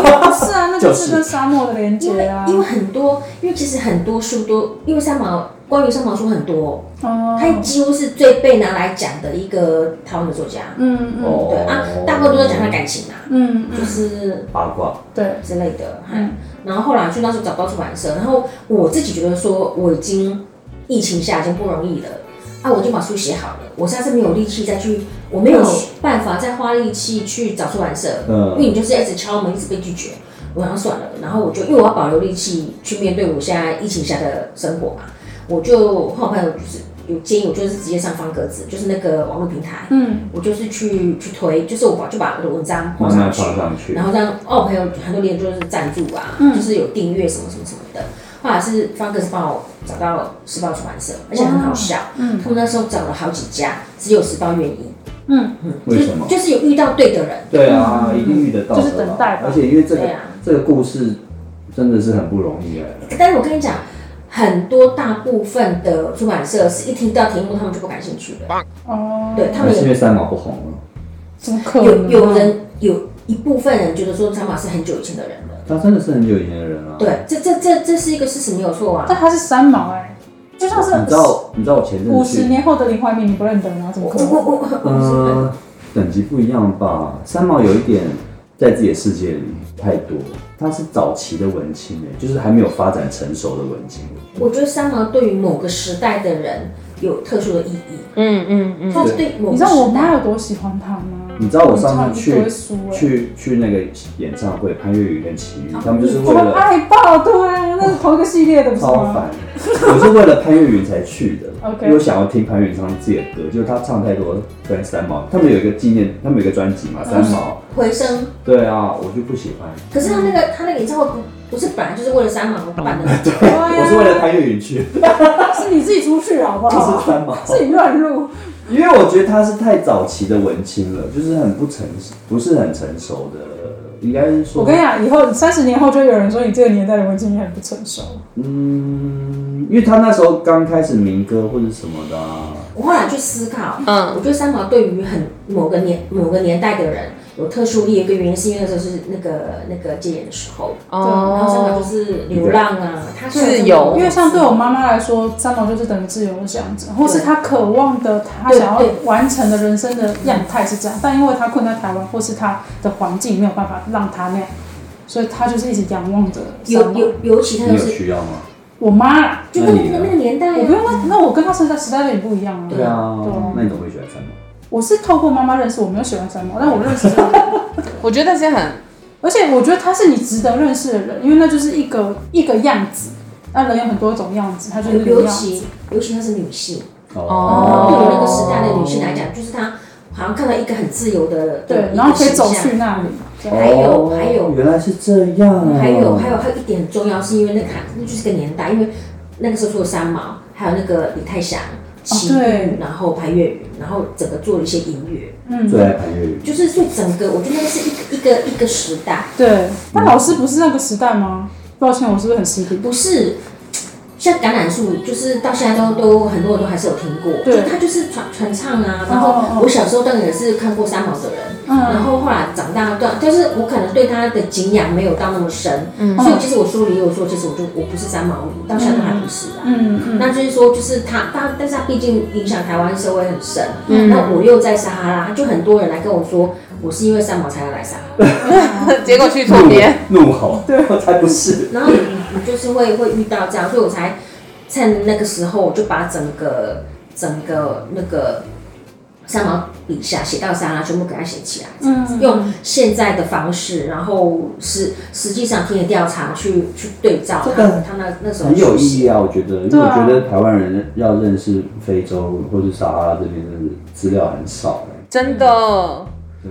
Speaker 4: 是啊，那就是跟沙漠的连
Speaker 2: 因
Speaker 4: 接
Speaker 2: 为
Speaker 4: 啊。
Speaker 2: 因为很多，因为其实很多书都因为三毛关于三毛书很多，
Speaker 4: 哦
Speaker 2: 他几乎是最被拿来讲的一个台湾的作家。
Speaker 4: 嗯嗯
Speaker 3: 哦
Speaker 2: 对啊，大部分都在讲他感情啊，
Speaker 4: 嗯，
Speaker 2: 就是
Speaker 5: 八卦，
Speaker 4: 对，
Speaker 2: 之类的。嗯，然后后来就那时候找不到出版社，然后我自己觉得说我已经疫情下已经不容易了。啊，我就把书写好了，我现在是没有力气再去，我没有
Speaker 4: 嗯
Speaker 2: 办法再花力气去找出版社，
Speaker 5: 嗯
Speaker 2: 因为你就是一直敲门，一直被拒绝。我想算了，然后我就因为我要保留力气去面对我现在疫情下的生活嘛，啊我就后来我就是有建议，我就是直接上方格子，就是那个网络平台，
Speaker 4: 嗯，
Speaker 2: 我就是去去推，就是我把就把我的文章放上
Speaker 3: 慢慢
Speaker 2: 去，
Speaker 3: 放上去
Speaker 2: 然。后让哦，我朋友很多连就是赞助啊，就是有订阅什么什么什么的。后来是方格是帮我找到时报出版社，而且很好笑，嗯，他们那时候找了好几家，只有时报愿意，
Speaker 3: 为什么？
Speaker 2: 就是有遇到对的人，
Speaker 3: 对啊，一定遇得到的啦。
Speaker 4: 就是等待吧
Speaker 3: 而且因为这个
Speaker 2: 对啊
Speaker 3: 这个故事真的是很不容易哎。
Speaker 2: 但是我跟你讲，很多大部分的出版社是一听到题目他们就不感兴趣的，
Speaker 4: 哦，
Speaker 2: 对他
Speaker 3: 还
Speaker 2: 们
Speaker 3: 是因
Speaker 2: 也
Speaker 3: 为三毛不红啊了，
Speaker 4: 怎么可能
Speaker 2: 有
Speaker 4: 啊？
Speaker 2: 有人有一部分人觉得说张老师很久以前的人了，
Speaker 3: 他真的是很久以前的人啊了。，
Speaker 2: 对，这这这这是一个事实没有错啊，
Speaker 4: 但他是三毛哎，就像
Speaker 3: 你知
Speaker 4: 是
Speaker 3: 道你知道我前阵
Speaker 4: 五
Speaker 3: 子去
Speaker 4: 十年后的林怀民，你不认得吗？怎么可
Speaker 2: 我我
Speaker 4: 能？
Speaker 2: 我我
Speaker 3: 呃，等级不一样吧。三毛有一点在自己的世界里太多，他是早期的文青哎、就是还没有发展成熟的文青。
Speaker 2: 我觉得三毛对于某个时代的人有特殊的意义，
Speaker 1: 嗯嗯嗯，
Speaker 2: 他是对某
Speaker 4: 你
Speaker 2: 个
Speaker 4: 知道我
Speaker 2: 时
Speaker 4: 妈
Speaker 2: 代，
Speaker 4: 有多喜欢他吗？
Speaker 3: 你知道我上次
Speaker 4: 我
Speaker 3: 去
Speaker 4: 超级多书欸
Speaker 3: 去去那个演唱会，潘越云跟齐豫，他们就是为
Speaker 4: 我哦们
Speaker 3: 了
Speaker 4: 爱爆，对啊，那是同一个系列的，不是
Speaker 3: 超
Speaker 4: 吗？
Speaker 3: 烦，我是为了潘越云才去的
Speaker 4: OK
Speaker 3: 因为我想要听潘越云唱自己的歌，就是他唱太多跟三毛，他们有一个纪念，他们有一个专辑嘛，三
Speaker 4: 哦
Speaker 3: 毛。
Speaker 2: 回声。
Speaker 3: 对啊，我就不喜欢，
Speaker 2: 可是他那个他那个演唱会不不是本来就是为了三毛办的吗，
Speaker 4: 对
Speaker 3: 我是为了
Speaker 4: 啊，
Speaker 3: 潘越云去，
Speaker 4: 是你自己出 去好不
Speaker 3: 不是
Speaker 4: 好？
Speaker 3: 三毛。
Speaker 4: 自己乱入，
Speaker 3: 因为我觉得他是太早期的文青了，就是很不成，不是很成熟的，应该是说，
Speaker 4: 我跟你讲，以后三十年后就有人说你这个年代的文青很不成熟。
Speaker 3: 嗯，因为他那时候刚开始民歌或者什么的、啊，
Speaker 2: 我后来去思考，
Speaker 1: 嗯
Speaker 2: 我觉得三毛对于很某个年某个年代的人有特殊的一个原因，是因为那时候是那个那个戒严的时候，然后三
Speaker 1: 哦
Speaker 2: 毛就，是流浪啊，他虽然
Speaker 1: 自
Speaker 2: 是
Speaker 1: 由
Speaker 2: 某种
Speaker 4: 因为像对我妈妈来说，三毛就是等于自由的样子，或是她渴望的、她
Speaker 2: 对
Speaker 4: 想要
Speaker 2: 对
Speaker 4: 完成的人生的样态是这样，但因为她困在台湾，或是她的环境没有办法让她那样，所以她就是一直仰望着三
Speaker 2: 尤
Speaker 4: 毛。
Speaker 2: 尤尤其他
Speaker 3: 你
Speaker 2: 就
Speaker 3: 有
Speaker 2: 是
Speaker 3: 需要吗？
Speaker 4: 我妈，
Speaker 2: 就
Speaker 3: 那
Speaker 2: 跟
Speaker 3: 你
Speaker 2: 那
Speaker 3: 呢
Speaker 2: 个那个年代
Speaker 4: 我不
Speaker 2: 啊，
Speaker 4: 用那那我跟她时代时代背景不一样啊。
Speaker 2: 对
Speaker 3: 啊
Speaker 4: 对啊
Speaker 3: 那你怎么会喜欢三毛？
Speaker 4: 我是透过妈妈认识，我没有喜欢三毛，但我认识这个人，
Speaker 1: 我觉得这很
Speaker 4: 而且我觉得他是你值得认识的人，因为那就是一个一个样子。那人有很多种样子，他就是一个
Speaker 2: 尤
Speaker 4: 样子。
Speaker 2: 其尤其她是女性，
Speaker 1: 哦
Speaker 2: 对于那个时代的女性来讲，就是她好像看到一个很自由的
Speaker 4: 对
Speaker 2: 的，一
Speaker 4: 然后
Speaker 2: 个
Speaker 4: 可以
Speaker 2: 形
Speaker 4: 走
Speaker 2: 象。
Speaker 4: 去那里。这样
Speaker 2: 还有
Speaker 3: 哦
Speaker 2: 还有
Speaker 3: 原来是这样啊，
Speaker 2: 还有还有还有一点很重要，是因为那卡那就是个年代，因为那个时候除了三毛，还有那个李泰祥、齐豫、
Speaker 4: 哦对
Speaker 2: 然后潘越云，然后整个做了一些音乐，
Speaker 4: 嗯，
Speaker 3: 最爱潘粤语，
Speaker 2: 就是所以整个我觉得那个是一个一个一个时代，
Speaker 4: 对。那老师不是那个时代吗？抱歉，我是不是很失礼？
Speaker 2: 不是。像橄榄树，就是到现在都都很多人都还是有听过，
Speaker 4: 对
Speaker 2: 就它就是传传唱啊。然
Speaker 4: 哦哦
Speaker 2: 后我小时候当然也是看过三毛的人，然
Speaker 4: 嗯，
Speaker 2: 后后来长大，对，但是我可能对他的敬仰没有到那么深，
Speaker 1: 嗯
Speaker 2: 所以其实我书里也有说，其实我就我不是三毛迷，到现在都还不是啊。
Speaker 4: 嗯嗯，
Speaker 2: 那就是说，就是他，他，但是他毕竟影响台湾社会很深。
Speaker 1: 嗯
Speaker 2: 那我又在撒哈拉，就很多人来跟我说，我是因为三毛才要来撒哈拉。
Speaker 1: 结果去
Speaker 4: 嗯
Speaker 1: 错边，
Speaker 3: 怒吼，对，我才不是。
Speaker 2: 然后你你你就是会会遇到这样，所以我才趁那个时候，我就把整个整个那个三毛笔下写到撒哈拉全部给他写起来，这样子
Speaker 4: 嗯
Speaker 2: 用现在的方式，然后实实际上田野调查去去对照
Speaker 3: 这
Speaker 2: 他
Speaker 3: 个
Speaker 2: 他那那时候
Speaker 3: 很有意
Speaker 2: 写
Speaker 3: 义啊，我觉得，因为
Speaker 4: 对
Speaker 3: 我
Speaker 4: 啊
Speaker 3: 觉得台湾人要认识非洲或是撒哈拉这边，真的资料很少啊哎、
Speaker 1: 真的。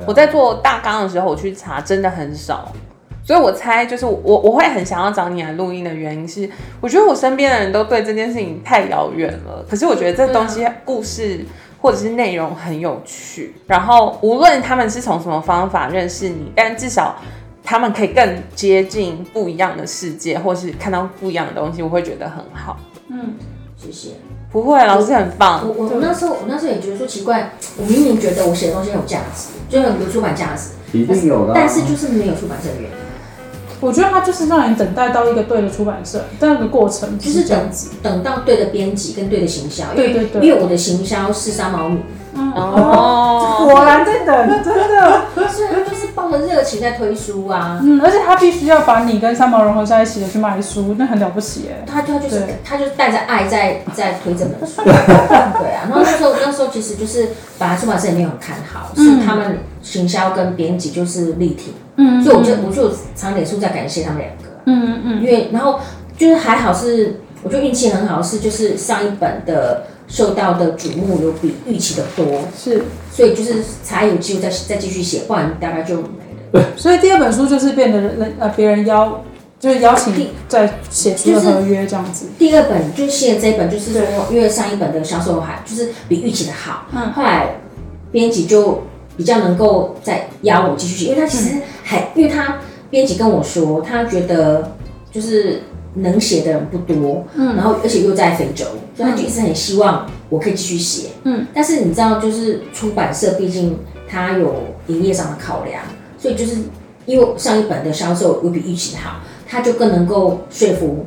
Speaker 1: 我在做大纲的时候，我去查，真的很少。所以我猜，就是我我会很想要找你来录音的原因是，我觉得我身边的人都对这件事情太遥远了。可是我觉得这东西、故事或者是内容很有趣，然后无论他们是从什么方法认识你，但至少他们可以更接近不一样的世界，或是看到不一样的东西，我会觉得很好。
Speaker 2: 谢谢。
Speaker 1: 不会，老师很棒。
Speaker 2: 我我我那时候我那时候也觉得说奇怪，我明明觉得我写的东西很有价值，就很有出版价值，
Speaker 3: 一定有的啊、
Speaker 2: 但是就是没有出版社愿意，
Speaker 4: 我觉得他就是让你等待到一个对的出版社，但那个过程
Speaker 2: 就
Speaker 4: 就是
Speaker 2: 是
Speaker 4: 这样
Speaker 2: 等
Speaker 4: 子。
Speaker 2: 等到对的编辑跟对的行销，因为
Speaker 4: 对对对
Speaker 2: 因为我的行销是三毛米，
Speaker 1: 哦，
Speaker 4: 果然在等，真的。
Speaker 2: 所以他就是抱着热情在推书啊，
Speaker 4: 嗯，而且他必须要把你跟三毛融合在一起的去卖书，那很了不起哎。
Speaker 2: 他就他就是
Speaker 4: 对
Speaker 2: 他就是带着爱 在在推这本书，对啊， 然后那时候那时候其实就是本来出版社也没有很看好，是他们行销跟编辑就是力挺，
Speaker 4: 嗯
Speaker 2: 所以我就我就常脸书在感谢他们两个啊。
Speaker 4: 嗯嗯
Speaker 2: 因为然后就是还好是，我觉得运气很好是，就是上一本的受到的瞩目有比预期的多，
Speaker 4: 是。
Speaker 2: 所以就是才有机会再再继续写，不然大概就没了。
Speaker 4: 所以第二本书就是变得人呃别人邀，就是邀请在写出的合约这样子。
Speaker 2: 第二本就是现在这一本，就是说因为上一本的销售还就是比预期的好，
Speaker 4: 嗯
Speaker 2: 后来编辑就比较能够再邀我继续写，因为他其实还、因为他编辑跟我说，他觉得就是能写的人不多，然
Speaker 4: 嗯
Speaker 2: 后而且又在非洲，所以他就一直很希望我可以继续写。
Speaker 4: 嗯，
Speaker 2: 但是你知道，就是出版社毕竟它有营业上的考量，所以就是因为上一本的销售有比预期好，他就更能够说服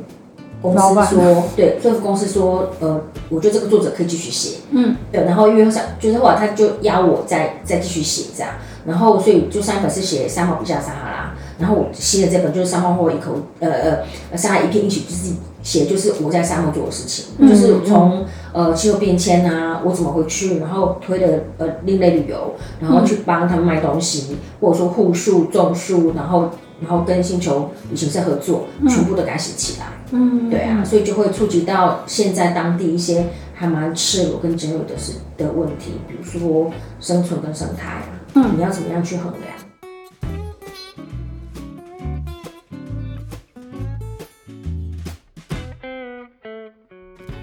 Speaker 2: 公
Speaker 4: 老板
Speaker 2: 司说，对，说服公司说，呃，我觉得这个作者可以继续写。
Speaker 4: 嗯，
Speaker 2: 对，然后因为想就是后来他就邀我再再继续写这样，然后所以就上一本是写三毛笔下的撒哈拉，然后我新的这本就是三毛或一口呃呃呃撒哈拉一片一起就是写就是我在沙漠做的事情，就是从呃气候变迁啊，我怎么回去，然后推的呃另类旅游，然后去帮他们卖东西，或者说护树种树，然后然后跟星球旅行社合作，全部都给它写起来。
Speaker 4: 嗯
Speaker 2: 对啊，所以就会触及到现在当地一些还蛮赤裸跟真有的事的问题，比如说生存跟生态啊，嗯，你要怎么样去衡量？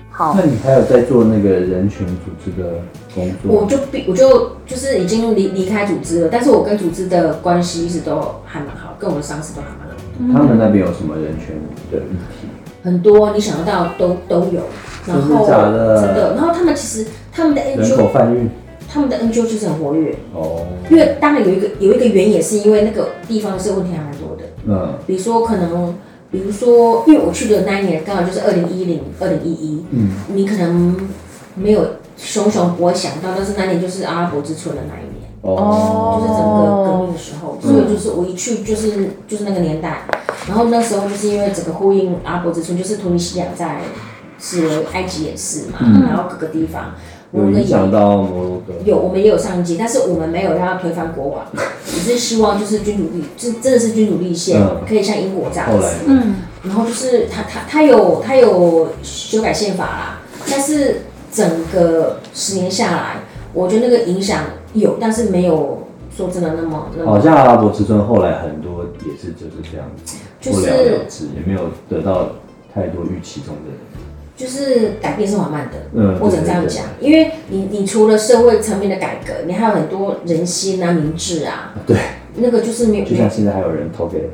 Speaker 1: 好，
Speaker 3: 那你还有在做那个人权组织的工作？
Speaker 2: 我就必我就就是已经离离开组织了，但是我跟组织的关系一直都还蛮好，跟我的上司都还蛮好，
Speaker 3: 他们那边有什么人权的议题？
Speaker 2: 很多你想得到都都有，然
Speaker 3: 真的
Speaker 2: 后
Speaker 3: 假的
Speaker 2: 真的，然后他们其实他们的
Speaker 3: 人口
Speaker 2: NGO，
Speaker 3: 贩运
Speaker 2: 他们的 NGO 就是很活跃，
Speaker 3: 哦，
Speaker 2: 因为当然有一个有一个原因，也是因为那个地方是问题还蛮多的，
Speaker 3: 嗯
Speaker 2: 比如说可能，比如说因为我去的那一年刚好就是二零一零、二零一一，
Speaker 3: 嗯，
Speaker 2: 你可能没有熊熊不会想到，但是那年就是阿拉伯之春的那一年。
Speaker 3: 哦，
Speaker 2: 就是整个革命的时候，所以就是我一去就是就是那个年代，然后那时候就是因为整个呼应阿拉伯之春，就是突尼西亚在是埃及也是嘛，然后各个地方，
Speaker 3: 有
Speaker 2: 摩洛哥
Speaker 3: 影响
Speaker 2: 也
Speaker 3: 到摩洛哥，
Speaker 2: 有，我们也有上一集，但是我们没有让他推翻国王，只是希望就是君主立，就真的是君主立宪，
Speaker 3: 嗯
Speaker 2: 可以像英国这样
Speaker 3: 后
Speaker 2: 子
Speaker 3: 来。
Speaker 4: 嗯，
Speaker 2: 然后就是他他他有他有修改宪法啦，但是整个十年下来，我觉得那个影响有，但是没有说真的那么那
Speaker 3: 好
Speaker 2: 么，
Speaker 3: 像阿拉伯之春后来很多也是就是这样子，
Speaker 2: 就
Speaker 3: 不了了
Speaker 2: 是
Speaker 3: 之，也没有得到太多预期中的，
Speaker 2: 就是改变是缓慢的。
Speaker 3: 嗯，
Speaker 2: 我只能这样
Speaker 3: 对
Speaker 2: 讲，因为你你除了社会层面的改革，你还有很多人心啊、民智啊，
Speaker 3: 对，
Speaker 2: 那个就是没有
Speaker 3: 对对就像现在还有人投给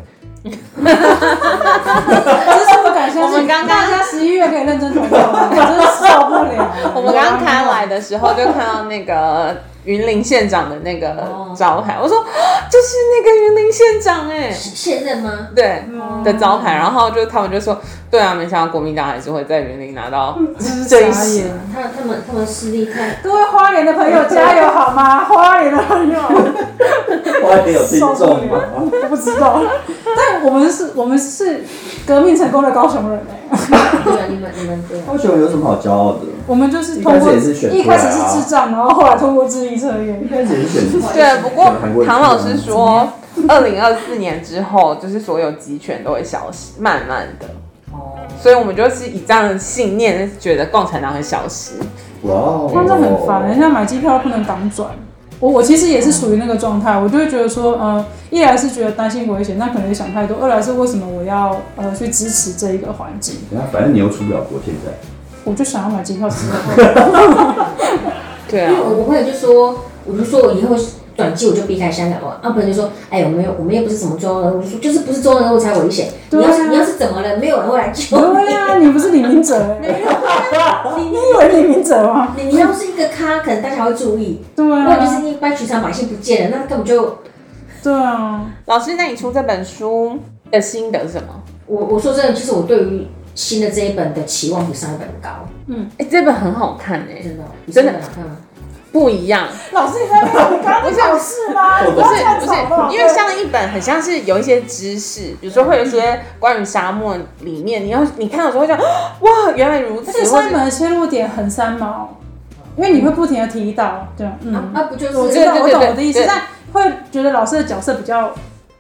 Speaker 4: 这是我敢相信。
Speaker 1: 我们刚刚
Speaker 4: 大家十一月可以认真投票了，我真的受不了。
Speaker 1: 我们刚刚开来的时候就看到那个云林县长的那个招牌，我说啊就是那个云林县长哎、
Speaker 2: 现现任吗？
Speaker 1: 对的招牌，然后就他们就说，对啊，没想到国民党还是会在云林拿到
Speaker 4: 真
Speaker 1: 这一
Speaker 4: 傻
Speaker 1: 席。
Speaker 4: 眼
Speaker 2: 他他们他们势力太
Speaker 4: 各位花莲的朋友加油好吗？花莲的 朋友，
Speaker 3: 我还没有自己
Speaker 4: 受不
Speaker 3: 中
Speaker 4: 了
Speaker 3: 嘛，，
Speaker 4: 我不知道。但我们是，我们是革命成功的高雄人哎、
Speaker 2: 对啊，你们你们对啊，
Speaker 3: 高雄有什么好骄傲的？
Speaker 4: 我们就是通
Speaker 3: 一
Speaker 4: 过
Speaker 3: 开始也是选出来啊
Speaker 4: 一开始是智障，然后后来通过智力测验
Speaker 3: 一。开始是选
Speaker 1: 对，啊不过
Speaker 3: 韩国瑜
Speaker 1: 唐老师说，二零二四年之后，就是所有集权都会消失，慢慢的。
Speaker 2: 哦，
Speaker 1: 所以我们就是以这样的信念，觉得共产党会消失。
Speaker 3: 哇哦，
Speaker 4: 他们真的很烦，欸人家买机票不能挡转。我我其实也是属于那个状态，我就会觉得说，呃，一来是觉得担心危险，那可能也想太多；二来是为什么我要呃去支持这一个环境，
Speaker 3: 人家反正你又出不了国，现在
Speaker 4: 我就想要买机票之后，
Speaker 1: 对啊
Speaker 2: 因为，我我朋友就说，我就说我以后转机我就避开香港了。啊，朋友就说，哎，我们又我们又不是什么中央人物，我就说就是不是中央人物才危险。你
Speaker 4: 对啊
Speaker 2: 要是你要是怎么了，没有人会来救
Speaker 4: 对啊呀、你不是李明哲、欸，
Speaker 2: 你。你
Speaker 4: 你以为李明哲吗？
Speaker 2: 你你要是一个咖，可能大家会注意。
Speaker 4: 对
Speaker 2: 如
Speaker 4: 啊，
Speaker 2: 果你就是一般寻常百姓不见了，那根本就
Speaker 4: 对啊，
Speaker 1: 老师，那你出这本书的心得是什么？
Speaker 2: 我我说真的，就是我对于新的这一本的期望比上一本高，
Speaker 1: 哎、这本很好看哎、
Speaker 2: 真的嗯
Speaker 1: 真的
Speaker 2: 比上一本好看吗？
Speaker 1: 不一样，
Speaker 4: 老师，你在那边刚刚考试 吗？
Speaker 1: 不
Speaker 4: 不
Speaker 1: 是不是，因为像一本很像是有一些知识，比如说会有一些关于沙漠里面，你要你看的时候会讲， 哇，原来如
Speaker 4: 而且
Speaker 1: 此，或
Speaker 4: 三
Speaker 1: 者
Speaker 4: 门的切入点很三毛，因为你会不停的提到，对啊，嗯，
Speaker 2: 那不就
Speaker 4: 我
Speaker 2: 是
Speaker 4: 知道，
Speaker 1: 对
Speaker 4: 我
Speaker 1: 对
Speaker 4: 懂
Speaker 1: 对
Speaker 4: 我的意思
Speaker 1: 对，
Speaker 4: 但会觉得老师的角色比较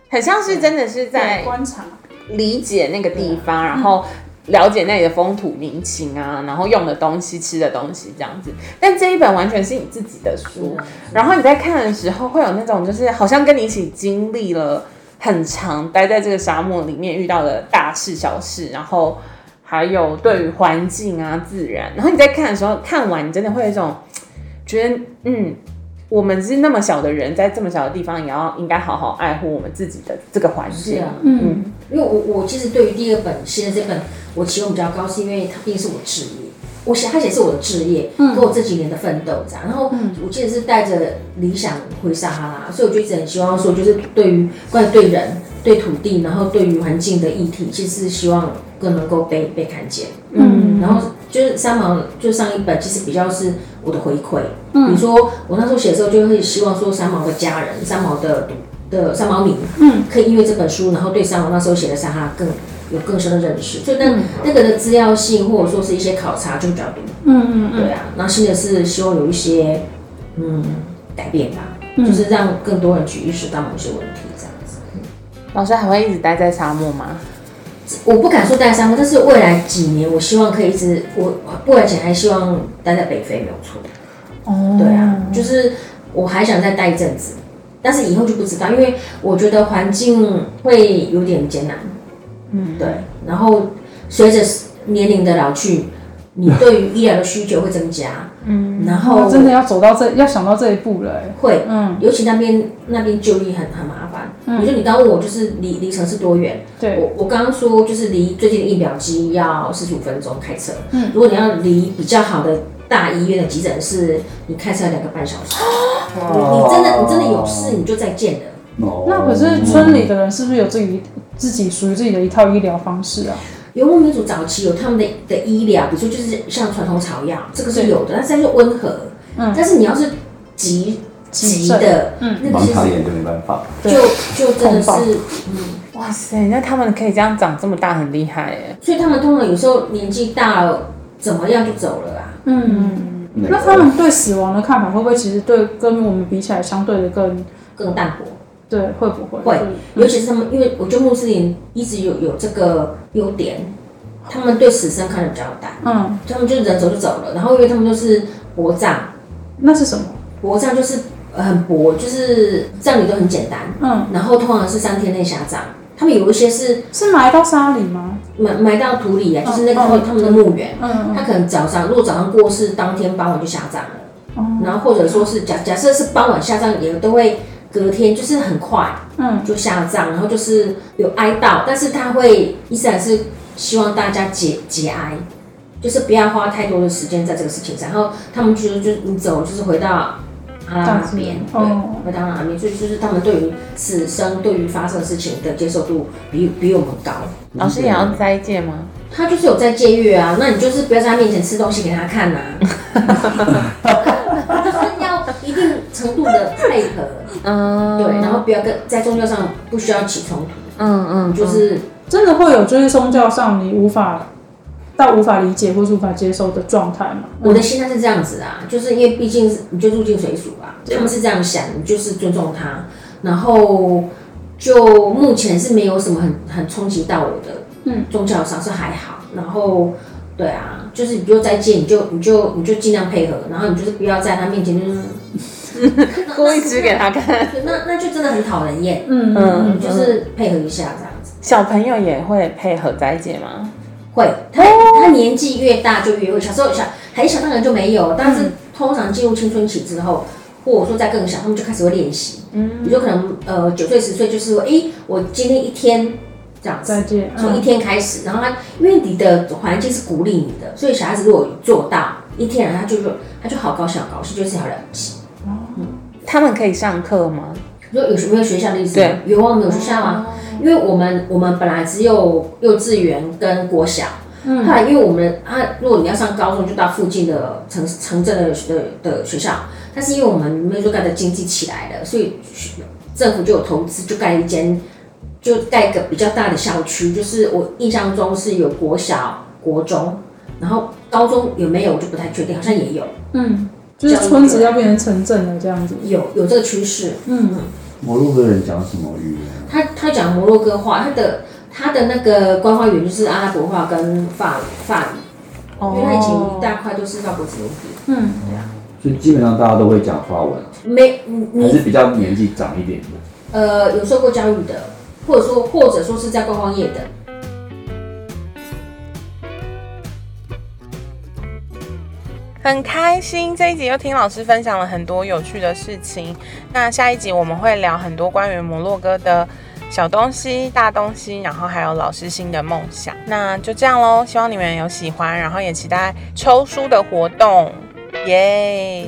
Speaker 1: 很像是真的是在
Speaker 4: 观察，
Speaker 1: 理解那个地方，然后了解那里的风土民情啊，然后用的东西、吃的东西这样子。但这一本完全是你自己的书，然后你在看的时候会有那种就是好像跟你一起经历了很长待在这个沙漠里面遇到的大事小事，然后还有对于环境啊、自然，然后你在看的时候，看完你真的会有一种觉得嗯。我们是那么小的人，在这么小的地方，也要应该好好爱护我们自己的这个环境。
Speaker 2: 是啊，
Speaker 4: 嗯，
Speaker 2: 因为我我其实对于第二本新的这本，我期望比较高，是因为它毕竟是我置业，我写它写是我的置业，跟我这几年的奋斗这样。然后我记得是带着理想回撒哈拉，所以我就一直很希望说，就是对于关于对人、对土地，然后对于环境的议题，其实是希望更能够被被看见。嗯，然后就是三毛，就上一本其实比较是我的回馈。嗯，比如说我那时候写的时候，就会希望说三毛的家人、三毛的的三毛米，嗯，可以因为这本书，然后对三毛那时候写的撒哈拉更有更深的认识，所以那、那个的资料性或者说是一些考察就比较多，嗯嗯对啊，那新的是希望有一些嗯改变吧，就是让更多人去意识到某些问题这样子。
Speaker 1: 老师还会一直待在沙漠吗？
Speaker 2: 我不敢说待三个，但是未来几年，我希望可以一直，我我未来几年还希望待在北非，没有错。哦，对啊，就是我还想再待一阵子，但是以后就不知道，因为我觉得环境会有点艰难。嗯，对。 然后随着年龄的老去，你对于医疗的需求会增加，
Speaker 4: 嗯，
Speaker 2: 然后
Speaker 4: 真的要走到这，要想到这一步了、欸。
Speaker 2: 会，
Speaker 4: 嗯，
Speaker 2: 尤其那边那边就医很很麻烦。
Speaker 4: 嗯
Speaker 2: 比如说你刚刚问我就是离离城市多远，
Speaker 4: 对，
Speaker 2: 我我刚刚说就是离最近的印表机要四十五分钟开车，
Speaker 4: 嗯
Speaker 2: 如果你要离比较好的大医院的急诊室，你开车要两个半小时，你你真的你真的有事你就再见了。
Speaker 3: 哦
Speaker 4: 那可是村里的人是不是有自己自己属于自己的一套医疗方式啊？
Speaker 2: 游牧民族早期有他们的的医疗，比如说就是像传统草药，这个是
Speaker 4: 对
Speaker 2: 有的，但是它就温和。
Speaker 4: 嗯
Speaker 2: 但是你要是急
Speaker 4: 急
Speaker 2: 急
Speaker 4: 症
Speaker 2: 的，
Speaker 4: 嗯
Speaker 2: 那个
Speaker 5: 盲
Speaker 2: 其
Speaker 5: 卡
Speaker 2: 实
Speaker 5: 眼就没办法。
Speaker 4: 对
Speaker 2: 就就真的
Speaker 4: 痛爆
Speaker 2: 是
Speaker 1: 哇塞，那他们可以这样长这么大，很厉害耶！
Speaker 2: 所以他们通常有时候年纪大了，怎么样就走了啊？
Speaker 4: 嗯，
Speaker 3: 那
Speaker 4: 那他们对死亡的看法会不会其实对跟我们比起来相对的更
Speaker 2: 更淡薄。
Speaker 4: 对会不会？
Speaker 2: 会
Speaker 4: 就是
Speaker 2: 尤其是他们，因为我觉得穆斯林一直有有这个优点，他们对死生看得比较淡，
Speaker 4: 嗯，
Speaker 2: 他们就人走就走了。然后因为他们就是薄葬，
Speaker 4: 那是什么？
Speaker 2: 薄葬就是呃很薄，就是葬礼都很简单，
Speaker 4: 嗯，
Speaker 2: 然后通常是三天内下葬。他们有一些是
Speaker 4: 是埋到沙里吗？
Speaker 2: 埋埋到土里啊，就是那个
Speaker 4: 哦哦
Speaker 2: 他们的墓园，
Speaker 4: 嗯
Speaker 2: 他可能早上如果早上过世，当天傍晚就下葬了。
Speaker 4: 哦
Speaker 2: 然后或者说是假假设是傍晚下葬，也都会隔天，就是很快
Speaker 4: 嗯
Speaker 2: 就下葬，然后就是有哀悼，但是他会伊斯兰是希望大家节节哀，就是不要花太多的时间在这个事情上。然后他们觉得就是你走就是回到阿拉那边，
Speaker 4: 大自
Speaker 2: 对
Speaker 4: 然哦，
Speaker 2: 回到阿拉那边，所以就是他们对于此生对于发生的事情的接受度比比我们高。
Speaker 1: 老师也要斋戒吗？
Speaker 2: 他就是有在借阅啊，那你就是不要在他面前吃东西给他看呐、 啊，就是要一定程度的配合，
Speaker 1: 嗯，
Speaker 2: 对，然后不要跟在宗教上不需要起冲突，
Speaker 1: 嗯嗯，
Speaker 2: 就
Speaker 1: 就是
Speaker 2: 是
Speaker 4: 真的会有就是宗教上你无法到无法理解或是无法接受的状态吗？
Speaker 2: 我的心态是这样子啊，就是因为毕竟是你就入境随俗啊，他们是这样想，你就是尊重他，然后就目前是没有什么很很冲击到我的，
Speaker 4: 嗯，
Speaker 2: 宗教上是还好，然后对啊，就是你就再见，你就你就你就尽量配合，然后你就是不要在他面前就是
Speaker 1: 故意指给他看。
Speaker 2: 对 那那就真的很讨人厌，
Speaker 4: 嗯嗯
Speaker 1: 嗯
Speaker 2: 你就是配合一下这样子。
Speaker 1: 小朋友也会配合斋戒吗？
Speaker 2: 会，他他年纪越大就越会。小时候小很小那个人就没有，但
Speaker 4: 嗯
Speaker 2: 是通常进入青春期之后，或者说在更小，他们就开始会练习。嗯，比如说可能呃九岁十岁就是说，诶，我今天一天这样
Speaker 4: 再
Speaker 2: 子，
Speaker 4: 见，
Speaker 2: 从一
Speaker 4: 嗯
Speaker 2: 天开始，然后他因为你的环境是鼓励你的，所以小孩子如果有做到一天，他就说他就好高兴好高兴，就是好了不起。
Speaker 1: 他们可以上课吗？
Speaker 2: 你说有什么有学校的意思吗
Speaker 1: 对？
Speaker 2: 有啊，我们有学校啊，因为我们我们本来只有幼稚园跟国小，后来因为我们啊，如果你要上高中，就到附近的城城镇的的的学校，但是因为我们没有盖的经济起来了，所以学政府就有投资，就盖一间，就盖一个比较大的校区，就是我印象中是有国小、国中，然后高中有没有我就不太确定，好像也有
Speaker 4: 嗯，就是村子要变成城镇了这样子。
Speaker 2: 有有这个趋势，
Speaker 4: 嗯，
Speaker 5: 摩洛哥人讲什么语言？
Speaker 2: 他他讲摩洛哥话，他的他的那个官方语言就是阿拉伯话跟法法语，
Speaker 1: 哦
Speaker 2: 哦因为他以前一大块都是法国殖民地。
Speaker 4: 嗯，
Speaker 5: 所以基本上大家都会讲法文，
Speaker 2: 没你
Speaker 5: 还
Speaker 2: 你
Speaker 5: 是比较年纪长一点的。
Speaker 2: 呃有受过教育的，或者说或者说是在观光业的，
Speaker 1: 很开心，这一集又听老师分享了很多有趣的事情。那下一集我们会聊很多关于摩洛哥的小东西、大东西，然后还有老师新的梦想。那就这样喽，希望你们有喜欢，然后也期待抽书的活动，耶、